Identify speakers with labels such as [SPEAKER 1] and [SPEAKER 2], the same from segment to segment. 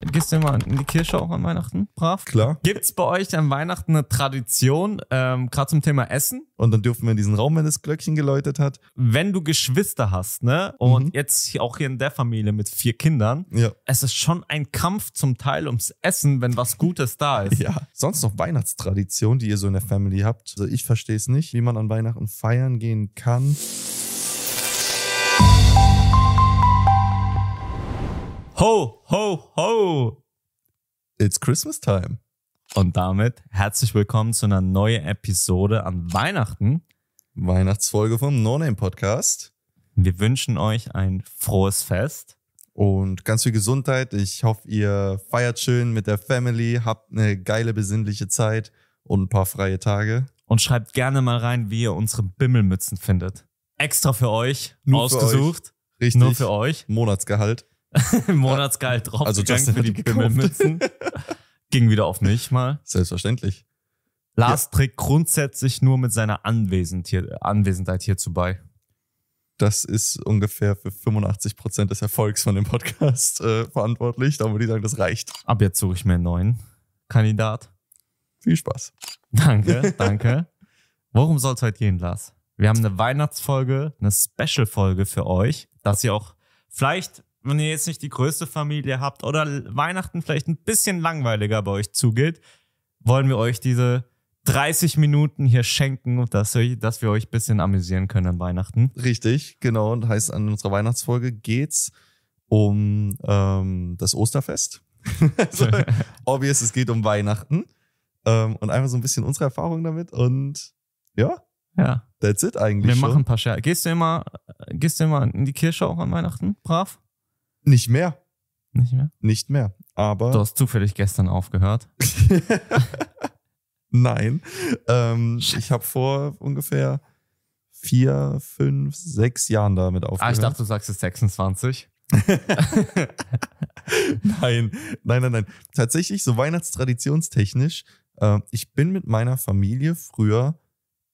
[SPEAKER 1] gehst du immer in die Kirche auch an Weihnachten? Brav?
[SPEAKER 2] Klar.
[SPEAKER 1] Gibt's bei euch an Weihnachten eine Tradition, ähm, gerade zum Thema Essen?
[SPEAKER 2] Und dann dürfen wir in diesen Raum, wenn das Glöckchen geläutet hat.
[SPEAKER 1] Wenn du Geschwister hast, ne? Und
[SPEAKER 2] Mhm.
[SPEAKER 1] jetzt hier auch hier in der Familie mit vier Kindern,
[SPEAKER 2] Ja.
[SPEAKER 1] es ist schon ein Kampf zum Teil ums Essen, wenn was Gutes da ist.
[SPEAKER 2] Ja. Sonst noch Weihnachtstradition, die ihr so in der Family habt. Also ich verstehe es nicht, wie man an Weihnachten feiern gehen kann.
[SPEAKER 1] Ho, ho, ho!
[SPEAKER 2] It's Christmas time.
[SPEAKER 1] Und damit herzlich willkommen zu einer neuen Episode an Weihnachten.
[SPEAKER 2] Weihnachtsfolge vom No Name Podcast.
[SPEAKER 1] Wir wünschen euch ein frohes Fest.
[SPEAKER 2] Und ganz viel Gesundheit. Ich hoffe, ihr feiert schön mit der Family, habt eine geile, besinnliche Zeit und ein paar freie Tage.
[SPEAKER 1] Und schreibt gerne mal rein, wie ihr unsere Bimmelmützen findet. Extra für euch,
[SPEAKER 2] Nur für
[SPEAKER 1] ausgesucht,
[SPEAKER 2] Richtig.
[SPEAKER 1] nur für euch.
[SPEAKER 2] Monatsgehalt.
[SPEAKER 1] Monatsgehalt drauf
[SPEAKER 2] Also Justin
[SPEAKER 1] für
[SPEAKER 2] hat
[SPEAKER 1] die
[SPEAKER 2] die gekauft.
[SPEAKER 1] Bimmelmützen. Ging wieder auf mich mal.
[SPEAKER 2] Selbstverständlich.
[SPEAKER 1] Lars trägt grundsätzlich nur mit seiner Anwesend hier, Anwesenheit hierzu bei.
[SPEAKER 2] Das ist ungefähr für 85 Prozent des Erfolgs von dem Podcast äh, verantwortlich. Da würde ich sagen, das reicht.
[SPEAKER 1] Ab jetzt suche ich mir einen neuen Kandidat.
[SPEAKER 2] Viel Spaß.
[SPEAKER 1] Danke, danke. Worum soll es heute gehen, Lars? Wir haben eine Weihnachtsfolge, eine Special-Folge für euch, dass ihr auch vielleicht, wenn ihr jetzt nicht die größte Familie habt oder Weihnachten vielleicht ein bisschen langweiliger bei euch zugeht, wollen wir euch diese 30 Minuten hier schenken, dass, euch, dass wir euch ein bisschen amüsieren können an Weihnachten.
[SPEAKER 2] Richtig, genau. Und heißt, an unserer Weihnachtsfolge geht's um ähm, das Osterfest. also, obvious, es geht um Weihnachten. Ähm, und einfach so ein bisschen unsere Erfahrung damit. Und ja,
[SPEAKER 1] ja.
[SPEAKER 2] that's it eigentlich.
[SPEAKER 1] Wir
[SPEAKER 2] schon.
[SPEAKER 1] machen ein paar Scherze. Gehst du immer, gehst du immer in die Kirche auch an Weihnachten? Brav?
[SPEAKER 2] nicht mehr.
[SPEAKER 1] Nicht mehr?
[SPEAKER 2] Nicht mehr. Aber.
[SPEAKER 1] Du hast zufällig gestern aufgehört.
[SPEAKER 2] Nein. Ähm, ich habe vor ungefähr vier, fünf, sechs Jahren damit aufgehört.
[SPEAKER 1] Ah, ich dachte, du sagst es 26.
[SPEAKER 2] nein, nein, nein, nein. Tatsächlich, so weihnachtstraditionstechnisch, äh, ich bin mit meiner Familie früher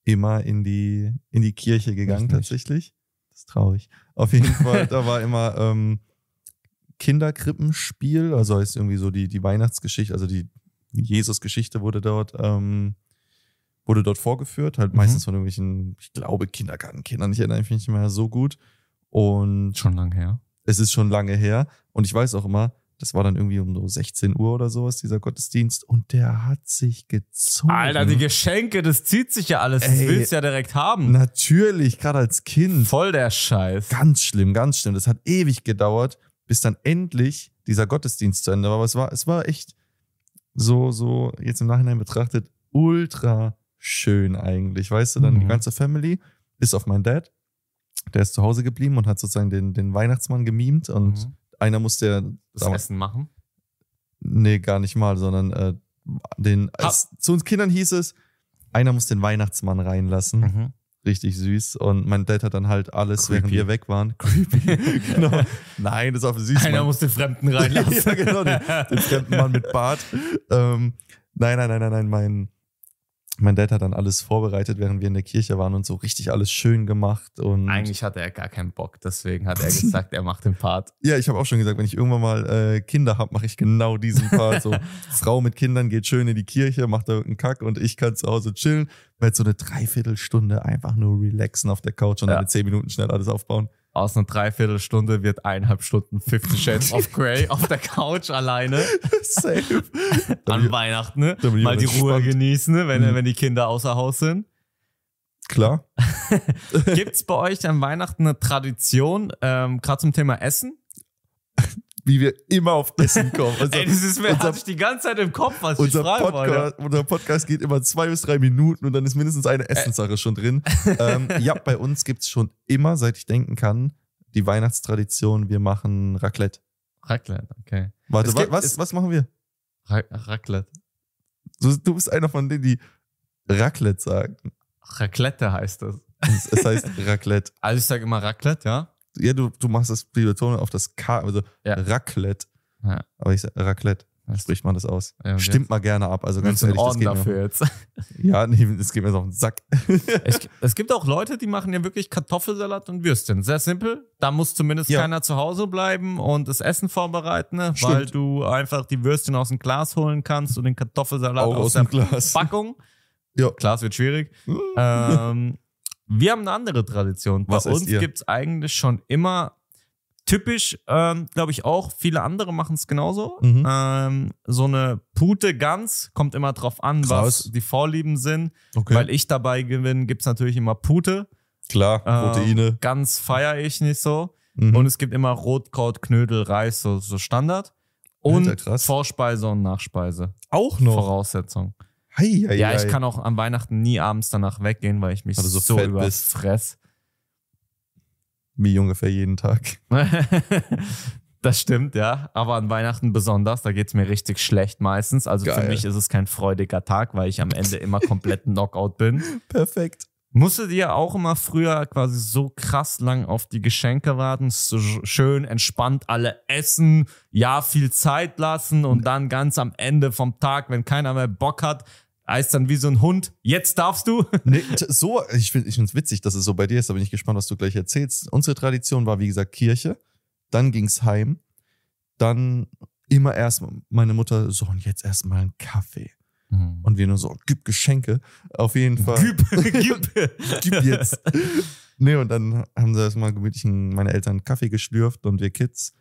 [SPEAKER 2] immer in die, in die Kirche gegangen,
[SPEAKER 1] nicht.
[SPEAKER 2] tatsächlich. Das ist traurig. Auf jeden Fall, da war immer ähm, Kinderkrippenspiel, also heißt irgendwie so die, die Weihnachtsgeschichte, also die Jesus-Geschichte wurde dort, ähm, wurde dort vorgeführt, halt
[SPEAKER 1] Mhm.
[SPEAKER 2] meistens von irgendwelchen, ich glaube, Kindergartenkindern. Ich erinnere mich nicht mehr so gut. Und
[SPEAKER 1] Schon lang her.
[SPEAKER 2] es ist schon lange her. Und ich weiß auch immer, das war dann irgendwie um so 16 Uhr oder sowas, dieser Gottesdienst. Und der hat sich gezogen.
[SPEAKER 1] Alter, die Geschenke, das zieht sich ja alles. Das
[SPEAKER 2] Mhm. Ey.
[SPEAKER 1] willst du ja direkt haben.
[SPEAKER 2] Natürlich, gerade als Kind.
[SPEAKER 1] Voll der Scheiß.
[SPEAKER 2] Ganz schlimm, ganz schlimm. Das hat ewig gedauert, bis dann endlich dieser Gottesdienst zu Ende war. Aber es war, es war echt so, so, jetzt im Nachhinein betrachtet, ultra schön eigentlich. Weißt du, dann die
[SPEAKER 1] Mhm.
[SPEAKER 2] ganze Family, bis auf meinen Dad. Der ist zu Hause geblieben und hat sozusagen den, den Weihnachtsmann gemimt und
[SPEAKER 1] Mhm.
[SPEAKER 2] einer muss der
[SPEAKER 1] Das Essen machen.
[SPEAKER 2] Nee, gar nicht mal, sondern äh, den.
[SPEAKER 1] Ha-
[SPEAKER 2] Es, zu uns Kindern hieß es, einer muss den Weihnachtsmann reinlassen.
[SPEAKER 1] Mhm.
[SPEAKER 2] Richtig süß. Und mein Dad hat dann halt alles, während
[SPEAKER 1] Creepy.
[SPEAKER 2] wir weg waren. Creepy. genau. Nein, das war süß.
[SPEAKER 1] Einer
[SPEAKER 2] mein-
[SPEAKER 1] muss den Fremden reinlassen.
[SPEAKER 2] Ja, genau, den fremden Mann mit Bart. Ähm, nein, nein, nein, nein, nein. Mein, mein Dad hat dann alles vorbereitet, während wir in der Kirche waren und so richtig alles schön gemacht. Und
[SPEAKER 1] Eigentlich hatte er gar keinen Bock, deswegen hat er gesagt, er macht den Part.
[SPEAKER 2] Ja, ich habe auch schon gesagt, wenn ich irgendwann mal äh, Kinder hab, mache ich genau diesen Part. So, Frau mit Kindern geht schön in die Kirche, macht da irgendeinen Kack und ich kann zu Hause chillen. Werd so eine Dreiviertelstunde einfach nur relaxen auf der Couch und
[SPEAKER 1] Ja.
[SPEAKER 2] dann in zehn Minuten schnell alles aufbauen.
[SPEAKER 1] Aus einer Dreiviertelstunde wird eineinhalb Stunden Fifty Shades of Grey auf der Couch alleine.
[SPEAKER 2] Safe. Da bin
[SPEAKER 1] an
[SPEAKER 2] ich-
[SPEAKER 1] Weihnachten, ne?
[SPEAKER 2] da bin ich
[SPEAKER 1] mal
[SPEAKER 2] aber
[SPEAKER 1] die Ruhe
[SPEAKER 2] entspannt.
[SPEAKER 1] genießen, ne? wenn,
[SPEAKER 2] Mhm.
[SPEAKER 1] wenn die Kinder außer Haus sind.
[SPEAKER 2] Klar.
[SPEAKER 1] Gibt's bei euch an Weihnachten eine Tradition, ähm, gerade zum Thema Essen?
[SPEAKER 2] Wie wir immer auf Essen kommen. Unser,
[SPEAKER 1] Ey, das ist mir
[SPEAKER 2] unser-
[SPEAKER 1] hatte ich die ganze Zeit im Kopf, was ich
[SPEAKER 2] unser,
[SPEAKER 1] fragen wollte.
[SPEAKER 2] Podcast, unser Podcast geht immer zwei bis drei Minuten und dann ist mindestens eine Essenssache schon drin. ähm, ja, bei uns gibt's schon immer, seit ich denken kann, die Weihnachtstradition, wir machen Raclette.
[SPEAKER 1] Raclette, okay.
[SPEAKER 2] Warte,
[SPEAKER 1] Es
[SPEAKER 2] wa
[SPEAKER 1] gibt-
[SPEAKER 2] was,
[SPEAKER 1] es-
[SPEAKER 2] was machen wir?
[SPEAKER 1] Ra Raclette.
[SPEAKER 2] Du, du bist einer von denen, die Raclette sagen.
[SPEAKER 1] Raclette heißt das.
[SPEAKER 2] Es, es heißt Raclette.
[SPEAKER 1] Also ich sage immer Raclette, ja?
[SPEAKER 2] Ja, du, du machst das die Betonung auf das K, also
[SPEAKER 1] Ja.
[SPEAKER 2] Raclette.
[SPEAKER 1] Ja.
[SPEAKER 2] Aber ich sage Raclette.
[SPEAKER 1] Das-
[SPEAKER 2] spricht man das aus.
[SPEAKER 1] Ja, und
[SPEAKER 2] Stimmt mal gerne ab. Also ganz
[SPEAKER 1] Willst du einen
[SPEAKER 2] ehrlich,
[SPEAKER 1] Orden
[SPEAKER 2] das
[SPEAKER 1] dafür
[SPEAKER 2] geht
[SPEAKER 1] jetzt.
[SPEAKER 2] Mir, ja, nee, das geht mir so auf den Sack.
[SPEAKER 1] Es, gi- es gibt auch Leute, die machen ja wirklich Kartoffelsalat und Würstchen. Sehr simpel. Da muss zumindest
[SPEAKER 2] Ja.
[SPEAKER 1] keiner zu Hause bleiben und das Essen vorbereiten, ne?
[SPEAKER 2] Stimmt.
[SPEAKER 1] weil du einfach die Würstchen aus dem Glas holen kannst und den Kartoffelsalat
[SPEAKER 2] Auch
[SPEAKER 1] aus,
[SPEAKER 2] aus
[SPEAKER 1] der
[SPEAKER 2] dem Glas. Mhm.
[SPEAKER 1] Packung.
[SPEAKER 2] Ja.
[SPEAKER 1] Glas wird schwierig. ähm, wir haben eine andere Tradition.
[SPEAKER 2] Was
[SPEAKER 1] Bei
[SPEAKER 2] esst
[SPEAKER 1] uns
[SPEAKER 2] ihr?
[SPEAKER 1] gibt es eigentlich schon immer typisch, ähm, glaube ich auch, viele andere machen es genauso.
[SPEAKER 2] Mhm.
[SPEAKER 1] Ähm, so eine Pute Gans kommt immer drauf an,
[SPEAKER 2] Krass.
[SPEAKER 1] was die Vorlieben sind.
[SPEAKER 2] Okay.
[SPEAKER 1] Weil ich dabei gewinne, gibt es natürlich immer Pute.
[SPEAKER 2] Klar,
[SPEAKER 1] Ähm,
[SPEAKER 2] Proteine.
[SPEAKER 1] Ganz feiere ich nicht so.
[SPEAKER 2] Mhm.
[SPEAKER 1] Und es gibt immer Rotkraut, Knödel, Reis, so, so Standard. Und
[SPEAKER 2] Alter, krass.
[SPEAKER 1] Vorspeise und Nachspeise.
[SPEAKER 2] auch noch.
[SPEAKER 1] Voraussetzung.
[SPEAKER 2] Hei, hei,
[SPEAKER 1] Ja, ich
[SPEAKER 2] hei.
[SPEAKER 1] kann auch am Weihnachten nie abends danach weggehen, weil ich mich
[SPEAKER 2] Weil du so
[SPEAKER 1] so,
[SPEAKER 2] fett bist.
[SPEAKER 1] überfress.
[SPEAKER 2] Wie ungefähr jeden Tag.
[SPEAKER 1] das stimmt, ja. Aber an Weihnachten besonders, da geht es mir richtig schlecht meistens. Also
[SPEAKER 2] Geil.
[SPEAKER 1] für mich ist es kein freudiger Tag, weil ich am Ende immer komplett Knockout bin.
[SPEAKER 2] Perfekt.
[SPEAKER 1] Musstet ihr auch immer früher quasi so krass lang auf die Geschenke warten, so sch- schön entspannt alle essen, ja, viel Zeit lassen und dann ganz am Ende vom Tag, wenn keiner mehr Bock hat, heißt dann wie so ein Hund, jetzt darfst du.
[SPEAKER 2] Nee, t- so, ich finde es witzig, dass es so bei dir ist, da bin ich gespannt, was du gleich erzählst. Unsere Tradition war, wie gesagt, Kirche. Dann ging's heim. Dann immer erst meine Mutter, so und jetzt erstmal einen Kaffee.
[SPEAKER 1] Mhm.
[SPEAKER 2] Und wir nur so, gib Geschenke. Auf jeden Fall.
[SPEAKER 1] Gib, gib.
[SPEAKER 2] gib jetzt. nee, und dann haben sie erstmal gemütlich einen- meine Eltern einen Kaffee geschlürft und wir Kids.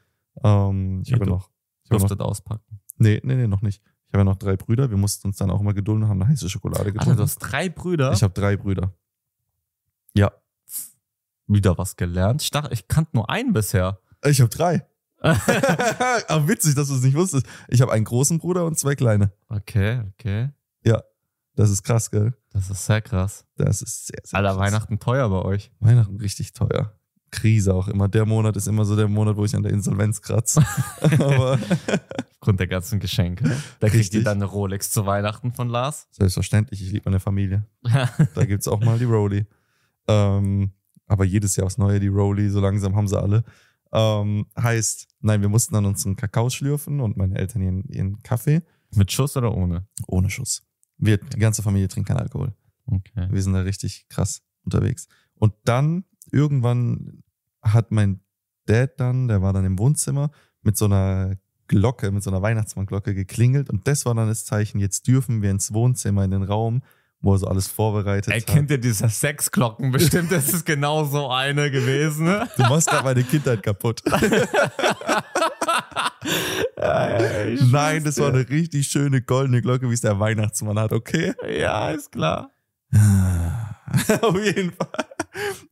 [SPEAKER 2] Ähm, ich
[SPEAKER 1] Ja,
[SPEAKER 2] habe ja
[SPEAKER 1] du-
[SPEAKER 2] noch. Ich habe noch
[SPEAKER 1] Duftet auspacken.
[SPEAKER 2] Nee, nee, nee, noch nicht. Ich habe ja noch drei Brüder. Wir mussten uns dann auch immer gedulden und haben eine heiße Schokolade
[SPEAKER 1] Alter, du
[SPEAKER 2] getrunken.
[SPEAKER 1] hast drei Brüder.
[SPEAKER 2] ich habe drei Brüder.
[SPEAKER 1] wieder was gelernt. Ich dachte, ich kannte nur einen bisher.
[SPEAKER 2] Ich habe drei. Aber witzig, dass du es nicht wusstest. Ich habe einen großen Bruder und zwei kleine.
[SPEAKER 1] Okay, okay.
[SPEAKER 2] Das ist krass, gell?
[SPEAKER 1] Das ist sehr krass.
[SPEAKER 2] Das ist sehr, sehr
[SPEAKER 1] Aller
[SPEAKER 2] krass.
[SPEAKER 1] Weihnachten teuer bei euch.
[SPEAKER 2] Weihnachten richtig teuer. Krise auch immer. Der Monat ist immer so der Monat, wo ich an der Insolvenz kratze. Aber
[SPEAKER 1] Aufgrund der ganzen Geschenke. Da kriegt
[SPEAKER 2] Richtig.
[SPEAKER 1] ihr dann eine Rolex zu Weihnachten von Lars.
[SPEAKER 2] selbstverständlich, ich liebe meine Familie. Da gibt's auch mal die Rowley. Ähm, aber jedes Jahr aufs Neue die Rowley, so langsam haben sie alle. Ähm, heißt, nein, wir mussten dann unseren Kakao schlürfen und meine Eltern ihren, ihren Kaffee
[SPEAKER 1] Mit Schuss oder ohne?
[SPEAKER 2] ohne Schuss. Wir, die ganze Familie trinkt keinen Alkohol.
[SPEAKER 1] Okay.
[SPEAKER 2] Wir sind da richtig krass unterwegs. Und dann irgendwann hat mein Dad dann, der war dann im Wohnzimmer, mit so einer Glocke, mit so einer Weihnachtsmannglocke geklingelt und das war dann das Zeichen, jetzt dürfen wir ins Wohnzimmer, in den Raum, wo er so alles vorbereitet
[SPEAKER 1] Ey,
[SPEAKER 2] hat.
[SPEAKER 1] kennt ihr diese Sexglocken? Bestimmt ist es genau so eine gewesen. Ne?
[SPEAKER 2] Du machst gerade meine Kindheit kaputt. Nein, das war eine richtig schöne goldene Glocke, wie es der Weihnachtsmann hat, okay?
[SPEAKER 1] Ja, ist klar.
[SPEAKER 2] Auf jeden Fall.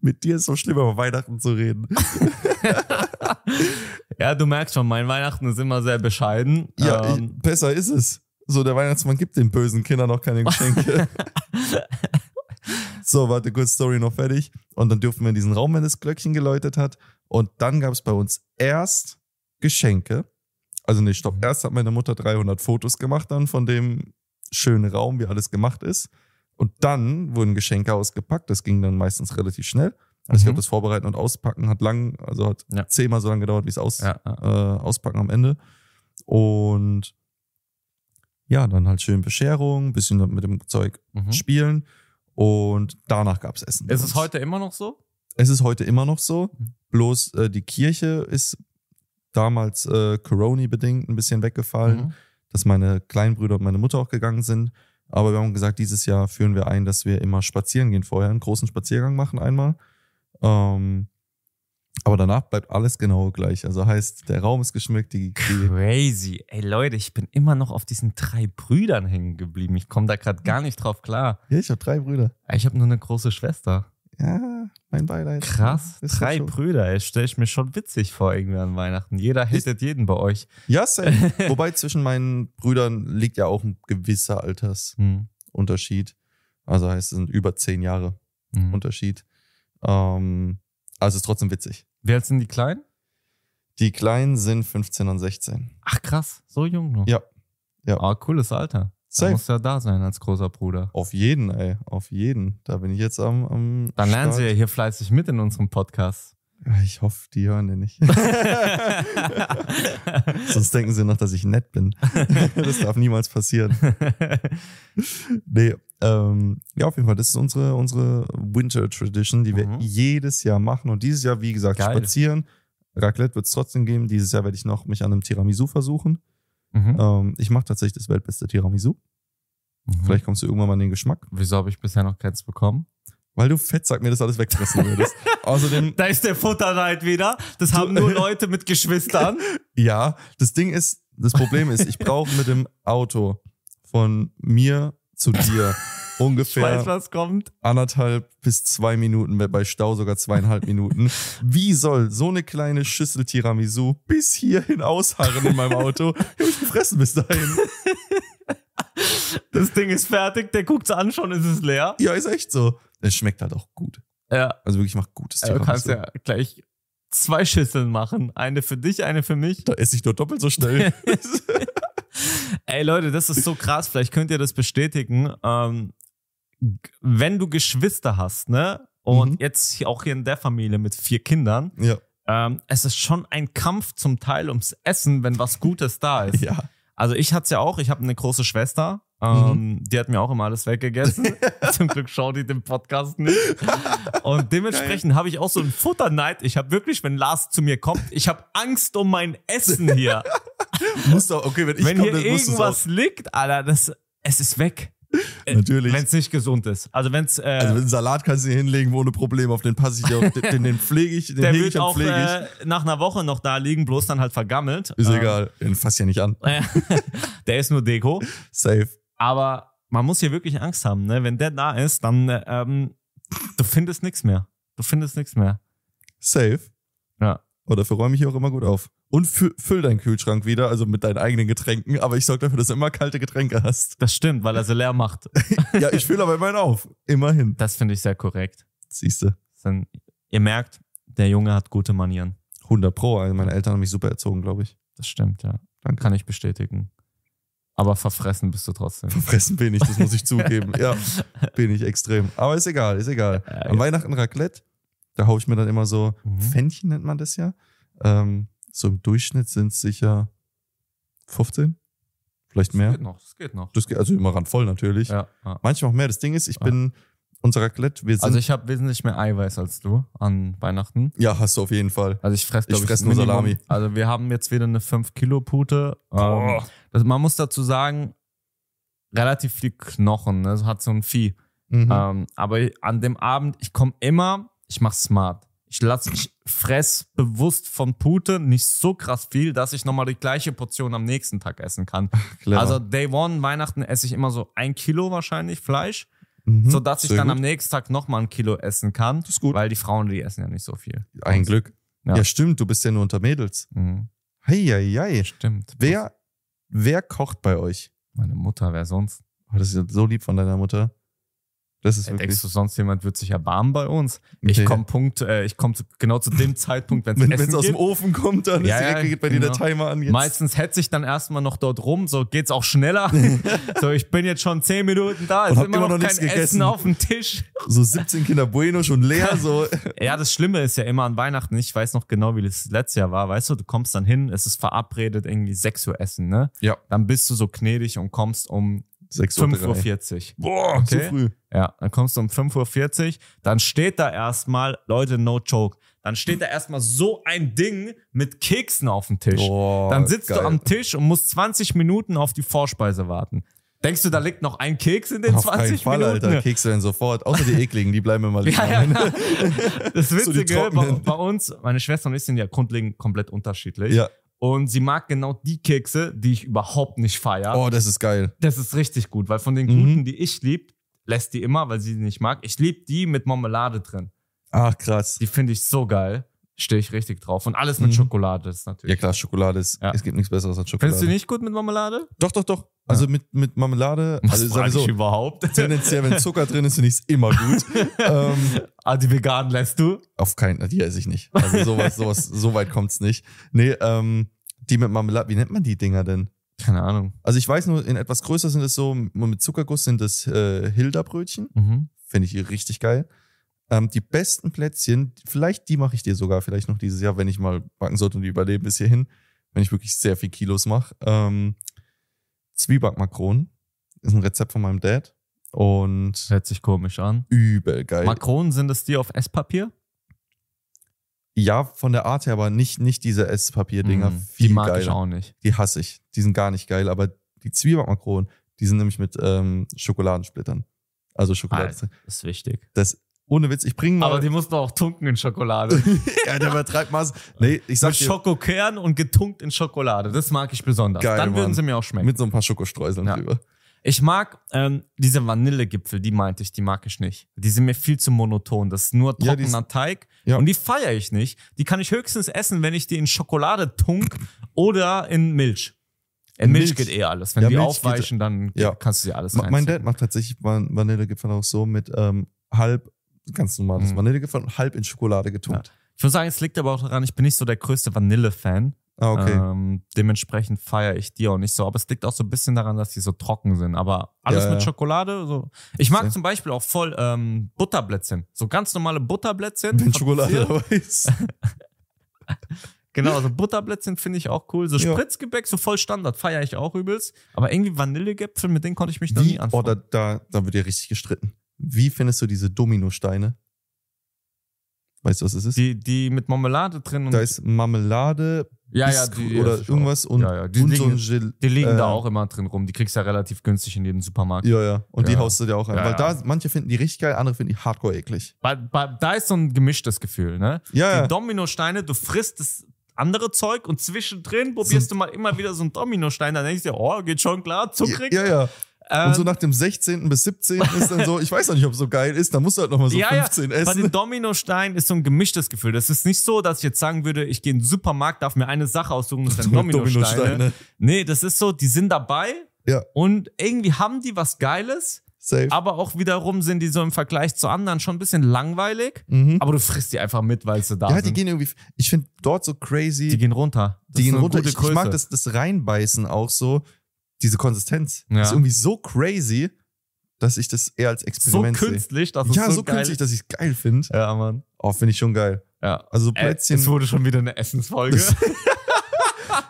[SPEAKER 2] Mit dir ist so schlimm, über Weihnachten zu reden.
[SPEAKER 1] Ja, du merkst schon, mein Weihnachten ist immer sehr bescheiden.
[SPEAKER 2] Ja,
[SPEAKER 1] Ähm,
[SPEAKER 2] ich, besser ist es. So, der Weihnachtsmann gibt den bösen Kindern noch keine Geschenke. so, warte, kurz Story noch fertig. Und dann dürfen wir in diesen Raum, wenn das Glöckchen geläutet hat. Und dann gab es bei uns erst Geschenke. Also nee,
[SPEAKER 1] Mhm.
[SPEAKER 2] stopp. Erst hat meine Mutter 300 Fotos gemacht dann von dem schönen Raum, wie alles gemacht ist. Und dann wurden Geschenke ausgepackt. Das ging dann meistens relativ schnell. Also ich
[SPEAKER 1] Mhm.
[SPEAKER 2] glaube, das Vorbereiten und Auspacken hat lang, also hat
[SPEAKER 1] Ja.
[SPEAKER 2] zehnmal so lange gedauert, wie es aus,
[SPEAKER 1] ja, ja.
[SPEAKER 2] äh, auspacken am Ende. Und ja, dann halt schön Bescherung, ein bisschen mit dem Zeug
[SPEAKER 1] Mhm.
[SPEAKER 2] spielen und danach gab's Essen. bei
[SPEAKER 1] Ist
[SPEAKER 2] uns.
[SPEAKER 1] es heute immer noch so?
[SPEAKER 2] Es ist heute immer noch so,
[SPEAKER 1] Mhm.
[SPEAKER 2] bloß äh, die Kirche ist damals äh, Corona-bedingt ein bisschen weggefallen,
[SPEAKER 1] Mhm.
[SPEAKER 2] dass meine Kleinbrüder und meine Mutter auch gegangen sind. Aber wir haben gesagt, dieses Jahr führen wir ein, dass wir immer spazieren gehen vorher, einen großen Spaziergang machen einmal. Ähm, aber danach bleibt alles genau gleich. Also heißt, der Raum ist geschmückt, die, die
[SPEAKER 1] Crazy. Ey Leute, ich bin immer noch auf diesen drei Brüdern hängen geblieben. Ich komme da gerade gar nicht drauf klar.
[SPEAKER 2] Ja, ich habe drei Brüder.
[SPEAKER 1] Ich habe nur eine große Schwester.
[SPEAKER 2] Ja, mein Beileid.
[SPEAKER 1] Krass,
[SPEAKER 2] Ist
[SPEAKER 1] drei
[SPEAKER 2] halt so.
[SPEAKER 1] Brüder, ey, stelle ich mir schon witzig vor irgendwie an Weihnachten. Jeder hittet jeden bei euch.
[SPEAKER 2] Ja, safe. Wobei zwischen meinen Brüdern liegt ja auch ein gewisser
[SPEAKER 1] Hm.
[SPEAKER 2] Altersunterschied. Also heißt, es sind über zehn Jahre
[SPEAKER 1] Hm.
[SPEAKER 2] Unterschied. Ähm, also ist trotzdem witzig.
[SPEAKER 1] Wer sind die Kleinen?
[SPEAKER 2] Die Kleinen sind 15 und 16.
[SPEAKER 1] Ach krass, so jung noch.
[SPEAKER 2] Ja. Ja.
[SPEAKER 1] Ah, cooles Alter. Da
[SPEAKER 2] Safe.
[SPEAKER 1] musst du ja da sein als großer Bruder.
[SPEAKER 2] Auf jeden, ey. Auf jeden. Da bin ich jetzt am. am
[SPEAKER 1] Dann lernen
[SPEAKER 2] Start.
[SPEAKER 1] sie ja hier fleißig mit in unserem Podcast. Mhm.
[SPEAKER 2] Ich hoffe, die hören den nicht. Sonst denken sie noch, dass ich nett bin. das darf niemals passieren. Nee, ähm, ja, auf jeden Fall. Das ist unsere, unsere Winter Tradition, die wir
[SPEAKER 1] Mhm.
[SPEAKER 2] jedes Jahr machen. Und dieses Jahr, wie gesagt,
[SPEAKER 1] Geil.
[SPEAKER 2] spazieren. Raclette wird es trotzdem geben. Dieses Jahr werde ich noch mich an einem Tiramisu versuchen.
[SPEAKER 1] mhm.
[SPEAKER 2] Ähm, ich mache tatsächlich das weltbeste Tiramisu. Vielleicht kommst du irgendwann mal an den Geschmack.
[SPEAKER 1] Mhm. Wieso habe ich bisher noch keins bekommen?
[SPEAKER 2] Weil du Fettsack mir das alles wegfressen würdest. Außerdem,
[SPEAKER 1] Da ist der Futterneid wieder. Das haben nur Leute mit Geschwistern.
[SPEAKER 2] ja, das Ding ist, das Problem ist, ich brauche mit dem Auto von mir zu dir
[SPEAKER 1] Ich weiß,
[SPEAKER 2] ungefähr
[SPEAKER 1] was kommt.
[SPEAKER 2] anderthalb bis zwei Minuten, bei Stau sogar zweieinhalb Minuten. Wie soll so eine kleine Schüssel Tiramisu bis hierhin ausharren in meinem Auto? Ich hab mich gefressen bis dahin.
[SPEAKER 1] Das Ding ist fertig. Der guckt's an, schon ist es leer.
[SPEAKER 2] Ja, ist echt so. Es schmeckt halt auch gut.
[SPEAKER 1] Ja,
[SPEAKER 2] Also wirklich, macht gutes
[SPEAKER 1] du kannst
[SPEAKER 2] Tiramisu.
[SPEAKER 1] ja gleich zwei Schüsseln machen. Eine für dich, eine für mich.
[SPEAKER 2] Da esse ich nur doppelt so schnell.
[SPEAKER 1] Ey Leute, das ist so krass. Vielleicht könnt ihr das bestätigen. Ähm, g- wenn du Geschwister hast, ne? Und
[SPEAKER 2] Mhm.
[SPEAKER 1] jetzt hier- auch hier in der Familie mit vier Kindern,
[SPEAKER 2] ja.
[SPEAKER 1] ähm, es ist schon ein Kampf zum Teil ums Essen, wenn was Gutes da ist.
[SPEAKER 2] Ja.
[SPEAKER 1] Also ich hatte es ja auch, ich habe eine große Schwester, ähm,
[SPEAKER 2] Mhm.
[SPEAKER 1] die hat mir auch immer alles weggegessen. Zum Glück schaut die den Podcast nicht. Und dementsprechend habe ich auch so einen Futterneid. Ich habe wirklich, wenn Lars zu mir kommt, ich habe Angst um mein Essen hier.
[SPEAKER 2] Musst auch, okay, wenn ich
[SPEAKER 1] wenn
[SPEAKER 2] komm,
[SPEAKER 1] hier
[SPEAKER 2] dann musst du's
[SPEAKER 1] irgendwas liegt, Alter, das, es ist weg.
[SPEAKER 2] auch. Natürlich.
[SPEAKER 1] Wenn es nicht gesund ist. Also wenn es, äh,
[SPEAKER 2] Also einen Salat kannst du dir hinlegen ohne Probleme, auf den passe ich dir auf, den, den, den pflege ich, den
[SPEAKER 1] der
[SPEAKER 2] hege
[SPEAKER 1] wird
[SPEAKER 2] ich und
[SPEAKER 1] auch
[SPEAKER 2] pflege ich.
[SPEAKER 1] äh, nach einer Woche noch da liegen, bloß dann halt vergammelt.
[SPEAKER 2] ist
[SPEAKER 1] Ähm,
[SPEAKER 2] egal, den fass ja nicht an.
[SPEAKER 1] der ist nur Deko.
[SPEAKER 2] Safe.
[SPEAKER 1] Aber man muss hier wirklich Angst haben, ne? Wenn der da ist, dann äh, ähm, du findest nichts mehr. Du findest nichts mehr.
[SPEAKER 2] Safe.
[SPEAKER 1] Ja.
[SPEAKER 2] Aber dafür räume ich hier auch immer gut auf. Und fü füll deinen Kühlschrank wieder, also mit deinen eigenen Getränken, aber ich sorge dafür, dass du immer kalte Getränke hast.
[SPEAKER 1] Das stimmt, weil er sie leer macht.
[SPEAKER 2] Ja, ich fülle aber immerhin auf. Immerhin.
[SPEAKER 1] Das finde ich sehr korrekt.
[SPEAKER 2] Siehst du.
[SPEAKER 1] Dann, ihr merkt, der Junge hat gute Manieren.
[SPEAKER 2] 100 Pro. Also meine Eltern haben mich super erzogen, glaube ich.
[SPEAKER 1] Das stimmt, ja.
[SPEAKER 2] Danke.
[SPEAKER 1] Kann ich bestätigen. Aber verfressen bist du trotzdem.
[SPEAKER 2] Fressen bin ich, das muss ich zugeben. Ja, bin ich extrem. Aber ist egal, ist egal.
[SPEAKER 1] Äh,
[SPEAKER 2] Am Weihnachten Raclette, da haue ich mir dann immer so
[SPEAKER 1] mhm.
[SPEAKER 2] Pfännchen nennt man das ja. Ähm, so im Durchschnitt sind es sicher 15, vielleicht
[SPEAKER 1] Das
[SPEAKER 2] mehr.
[SPEAKER 1] geht noch, das geht noch.
[SPEAKER 2] Das geht also immer ran voll natürlich.
[SPEAKER 1] Ja, ja.
[SPEAKER 2] Manchmal auch mehr. Das Ding ist, ich
[SPEAKER 1] Ja.
[SPEAKER 2] bin unser Raclette, wir sind.
[SPEAKER 1] Also ich habe wesentlich mehr Eiweiß als du an Weihnachten.
[SPEAKER 2] ja, hast du auf jeden Fall.
[SPEAKER 1] Also ich fresse,
[SPEAKER 2] Ich
[SPEAKER 1] glaub
[SPEAKER 2] fress nur
[SPEAKER 1] Minimum-
[SPEAKER 2] Salami.
[SPEAKER 1] Also wir haben jetzt wieder eine 5-Kilo-Pute. Ähm,
[SPEAKER 2] Boah.
[SPEAKER 1] das, man muss dazu sagen, relativ viel Knochen, ne? Das hat so ein Vieh.
[SPEAKER 2] Mhm.
[SPEAKER 1] Ähm, aber an dem Abend, ich komme immer, ich mach smart. Ich lasse, ich fress bewusst von Pute nicht so krass viel, dass ich nochmal die gleiche Portion am nächsten Tag essen kann.
[SPEAKER 2] Clever.
[SPEAKER 1] Also Day One, Weihnachten esse ich immer so ein Kilo wahrscheinlich Fleisch,
[SPEAKER 2] Mhm.
[SPEAKER 1] sodass ich
[SPEAKER 2] Sehr
[SPEAKER 1] dann
[SPEAKER 2] gut.
[SPEAKER 1] am nächsten Tag nochmal ein Kilo essen kann.
[SPEAKER 2] Das ist gut.
[SPEAKER 1] Weil die Frauen, die essen ja nicht so viel.
[SPEAKER 2] Ein Glück.
[SPEAKER 1] Ja.
[SPEAKER 2] Ja. stimmt, du bist ja nur unter Mädels.
[SPEAKER 1] Mhm.
[SPEAKER 2] Heieiei.
[SPEAKER 1] Stimmt.
[SPEAKER 2] Wer, wer kocht bei euch?
[SPEAKER 1] Meine Mutter, wer sonst?
[SPEAKER 2] Oh, das ist ja so lieb von deiner Mutter. Das ist wirklich.
[SPEAKER 1] Äh, Denkst du, sonst jemand wird sich erbarmen bei uns? Ich
[SPEAKER 2] Nee.
[SPEAKER 1] komme Punkt, äh, ich komme genau zu dem Zeitpunkt, wenn's
[SPEAKER 2] Wenn
[SPEAKER 1] Essen
[SPEAKER 2] es aus dem
[SPEAKER 1] gibt.
[SPEAKER 2] Ofen kommt, dann
[SPEAKER 1] Ja,
[SPEAKER 2] ist
[SPEAKER 1] ja,
[SPEAKER 2] direkt, geht bei dir
[SPEAKER 1] genau.
[SPEAKER 2] der Timer an. Jetzt.
[SPEAKER 1] Meistens hetze ich dann erstmal noch dort rum, so geht's auch schneller. so, ich bin jetzt schon zehn Minuten da, ist
[SPEAKER 2] Und hab
[SPEAKER 1] immer, noch,
[SPEAKER 2] nichts
[SPEAKER 1] kein Essen
[SPEAKER 2] gegessen.
[SPEAKER 1] auf dem Tisch.
[SPEAKER 2] so 17 Kinder Bueno schon leer, so.
[SPEAKER 1] Ja, das Schlimme ist ja immer an Weihnachten, ich weiß noch genau, wie das letztes Jahr war, weißt du, du kommst dann hin, es ist verabredet, irgendwie 6 Uhr essen, ne?
[SPEAKER 2] Ja.
[SPEAKER 1] Dann bist du so gnädig und kommst um
[SPEAKER 2] 6.03
[SPEAKER 1] 5.40 Uhr.
[SPEAKER 2] Boah,
[SPEAKER 1] Okay.
[SPEAKER 2] zu früh.
[SPEAKER 1] Ja, dann kommst du um 5.40 Uhr, dann steht da erstmal, Leute, no joke, dann steht da erstmal so ein Ding mit Keksen auf dem Tisch.
[SPEAKER 2] Boah,
[SPEAKER 1] Dann sitzt
[SPEAKER 2] geil.
[SPEAKER 1] du am Tisch und musst 20 Minuten auf die Vorspeise warten. Denkst du, da liegt noch ein Keks in den
[SPEAKER 2] Auf
[SPEAKER 1] 20
[SPEAKER 2] keinen Fall,
[SPEAKER 1] Minuten?
[SPEAKER 2] Alter. Kekse denn sofort. Außer die ekligen, die bleiben immer liegen.
[SPEAKER 1] Ja, ja. Das
[SPEAKER 2] So die
[SPEAKER 1] Witzige, bei,
[SPEAKER 2] trockenen.
[SPEAKER 1] bei uns, meine Schwester und ich sind ja grundlegend komplett unterschiedlich.
[SPEAKER 2] Ja.
[SPEAKER 1] Und sie mag genau die Kekse, die ich überhaupt nicht feiere.
[SPEAKER 2] Oh, das ist geil.
[SPEAKER 1] Das ist richtig gut, weil von den
[SPEAKER 2] Mhm.
[SPEAKER 1] guten, die ich lieb, lässt die immer, weil sie die nicht mag. Ich lieb die mit Marmelade drin.
[SPEAKER 2] Ach, Ah, krass.
[SPEAKER 1] Die finde ich so geil. Stehe ich richtig drauf. Und alles mit
[SPEAKER 2] Mhm.
[SPEAKER 1] Schokolade ist natürlich.
[SPEAKER 2] Ja, klar, Schokolade ist.
[SPEAKER 1] Ja.
[SPEAKER 2] Es gibt nichts besseres als Schokolade.
[SPEAKER 1] Findest du nicht gut mit Marmelade?
[SPEAKER 2] Doch, doch, doch. Also mit, mit Marmelade. Also
[SPEAKER 1] frag
[SPEAKER 2] sowieso.
[SPEAKER 1] überhaupt?
[SPEAKER 2] Tendenziell, wenn Zucker drin ist, finde ich es immer gut. ähm,
[SPEAKER 1] Ah, die veganen lässt du?
[SPEAKER 2] auf keinen, die esse ich nicht. Also sowas, sowas, so weit kommt's nicht. Nee, ähm, die mit Marmelade, wie nennt man die Dinger denn?
[SPEAKER 1] Keine Ahnung.
[SPEAKER 2] Also ich weiß nur, in etwas größer sind es so, mit Zuckerguss sind es äh, Hilda-Brötchen.
[SPEAKER 1] Mhm.
[SPEAKER 2] Finde ich richtig geil. Ähm, die besten Plätzchen, vielleicht die mache ich dir sogar, vielleicht noch dieses Jahr, wenn ich mal backen sollte und die überleben bis hierhin, wenn ich wirklich sehr viel Kilos mache. Ähm, Zwiebackmakronen ist ein Rezept von meinem Dad und
[SPEAKER 1] Hört sich komisch an.
[SPEAKER 2] übel geil.
[SPEAKER 1] Makronen sind es die auf Esspapier?
[SPEAKER 2] ja, von der Art her, aber nicht, nicht diese Esspapierdinger.
[SPEAKER 1] Mm,
[SPEAKER 2] viel
[SPEAKER 1] die mag
[SPEAKER 2] geiler.
[SPEAKER 1] ich auch nicht.
[SPEAKER 2] Die hasse ich. Die sind gar nicht geil, aber die Zwiebackmakronen, die sind nämlich mit ähm, Schokoladensplittern. Also Schokolade.
[SPEAKER 1] Alter. Ist wichtig.
[SPEAKER 2] Das ohne Witz, ich bringe mal.
[SPEAKER 1] Aber die mussten auch tunken in Schokolade.
[SPEAKER 2] ja, der übertreibt Maß. Nee, ich sag
[SPEAKER 1] Mit
[SPEAKER 2] dir,
[SPEAKER 1] Schokokern und getunkt in Schokolade. Das mag ich besonders.
[SPEAKER 2] Geil,
[SPEAKER 1] Dann würden
[SPEAKER 2] Mann.
[SPEAKER 1] sie mir auch schmecken.
[SPEAKER 2] mit so ein paar Schokostreuseln
[SPEAKER 1] Ja.
[SPEAKER 2] drüber.
[SPEAKER 1] Ich mag ähm, diese Vanillegipfel, die meinte ich, die mag ich nicht. Die sind mir viel zu monoton. Das ist nur
[SPEAKER 2] Ja, die
[SPEAKER 1] trockener Teig
[SPEAKER 2] Ja.
[SPEAKER 1] und die feiere ich nicht. Die kann ich höchstens essen, wenn ich die in Schokolade tunk oder in Milch. In Milch, geht
[SPEAKER 2] Milch.
[SPEAKER 1] eh alles. Wenn
[SPEAKER 2] Ja,
[SPEAKER 1] die
[SPEAKER 2] Milch geht-
[SPEAKER 1] aufweichen, dann
[SPEAKER 2] Ja.
[SPEAKER 1] kannst du dir alles
[SPEAKER 2] Ma- Mein
[SPEAKER 1] reinziehen.
[SPEAKER 2] Dad macht tatsächlich Van- Vanillegipfel auch so mit ähm, halb, ganz normales
[SPEAKER 1] Mhm.
[SPEAKER 2] Vanillegipfel und halb in Schokolade getunkt.
[SPEAKER 1] Ich würde sagen, es liegt aber auch daran, ich bin nicht so der größte Vanille-Fan.
[SPEAKER 2] Ah, okay.
[SPEAKER 1] Ähm, dementsprechend feiere ich die auch nicht so. Aber es liegt auch so ein bisschen daran, dass die so trocken sind. Aber alles
[SPEAKER 2] Ja,
[SPEAKER 1] mit
[SPEAKER 2] ja.
[SPEAKER 1] Schokolade. So. Ich mag
[SPEAKER 2] Sehr.
[SPEAKER 1] zum Beispiel auch voll ähm, Butterblättchen. So ganz normale Butterblättchen.
[SPEAKER 2] Wenn Schokolade
[SPEAKER 1] verziert.
[SPEAKER 2] dabei ist.
[SPEAKER 1] Genau, also Butterblättchen finde ich auch cool. So
[SPEAKER 2] Ja.
[SPEAKER 1] Spritzgebäck, so voll Standard, feiere ich auch übelst. Aber irgendwie Vanillegipfel, mit denen konnte ich mich noch nie
[SPEAKER 2] Wie, oh, da,
[SPEAKER 1] anfangen.
[SPEAKER 2] da, da wird ja richtig gestritten. Wie findest du diese Dominosteine? Weißt du, was es ist?
[SPEAKER 1] Die, die mit Marmelade drin und
[SPEAKER 2] da ist Marmelade
[SPEAKER 1] ja, ja,
[SPEAKER 2] Biskuit
[SPEAKER 1] die,
[SPEAKER 2] oder
[SPEAKER 1] esse ich
[SPEAKER 2] irgendwas und,
[SPEAKER 1] Ja, ja, die
[SPEAKER 2] und so
[SPEAKER 1] liegen-
[SPEAKER 2] ein Gel
[SPEAKER 1] Auch. Die liegen da
[SPEAKER 2] äh,
[SPEAKER 1] auch immer drin rum. Die kriegst du ja relativ günstig in jedem Supermarkt.
[SPEAKER 2] Ja, ja. Und die
[SPEAKER 1] Ja.
[SPEAKER 2] haust du dir auch ein.
[SPEAKER 1] Ja,
[SPEAKER 2] Weil
[SPEAKER 1] ja.
[SPEAKER 2] da, manche finden die richtig geil, andere finden die hardcore eklig.
[SPEAKER 1] Bei, bei, da ist so ein gemischtes Gefühl, ne?
[SPEAKER 2] Ja,
[SPEAKER 1] Die
[SPEAKER 2] ja.
[SPEAKER 1] Dominosteine, du frisst das andere Zeug und zwischendrin probierst du mal immer wieder so einen Dominostein, dann denkst du dir, oh, geht schon klar, zuckrig.
[SPEAKER 2] Ja, ja.
[SPEAKER 1] Ähm,
[SPEAKER 2] Und so nach dem 16. bis 17. ist dann so, ich weiß noch nicht, ob es so geil ist, dann musst du halt nochmal so
[SPEAKER 1] ja,
[SPEAKER 2] 15
[SPEAKER 1] ja, bei
[SPEAKER 2] essen.
[SPEAKER 1] den Dominosteinen ist so ein gemischtes Gefühl. Das ist nicht so, dass ich jetzt sagen würde, ich gehe in den Supermarkt, darf mir eine Sache aussuchen, das sind Dominosteine. Nee, das ist so, die sind dabei
[SPEAKER 2] Ja.
[SPEAKER 1] und irgendwie haben die was Geiles,
[SPEAKER 2] Safe.
[SPEAKER 1] aber auch wiederum sind die so im Vergleich zu anderen schon ein bisschen langweilig,
[SPEAKER 2] Mhm.
[SPEAKER 1] aber du frisst die einfach mit, weil sie da
[SPEAKER 2] Ja, die
[SPEAKER 1] sind.
[SPEAKER 2] gehen irgendwie, ich finde dort so crazy,
[SPEAKER 1] die gehen runter. Das
[SPEAKER 2] die
[SPEAKER 1] ist
[SPEAKER 2] gehen
[SPEAKER 1] eine
[SPEAKER 2] runter.
[SPEAKER 1] gute
[SPEAKER 2] Ich, ich mag
[SPEAKER 1] Größe.
[SPEAKER 2] das, das Reinbeißen auch so, diese Konsistenz.
[SPEAKER 1] Ja.
[SPEAKER 2] Ist irgendwie so crazy, dass ich das eher als
[SPEAKER 1] so
[SPEAKER 2] Experiment sehe.
[SPEAKER 1] künstlich, dass es
[SPEAKER 2] Ja,
[SPEAKER 1] so,
[SPEAKER 2] so,
[SPEAKER 1] geil
[SPEAKER 2] künstlich, dass ich es geil finde.
[SPEAKER 1] Ja, Mann.
[SPEAKER 2] Oh, finde ich schon geil.
[SPEAKER 1] Ja.
[SPEAKER 2] Also so
[SPEAKER 1] Äh,
[SPEAKER 2] Plätzchen.
[SPEAKER 1] es wurde schon wieder eine Essensfolge.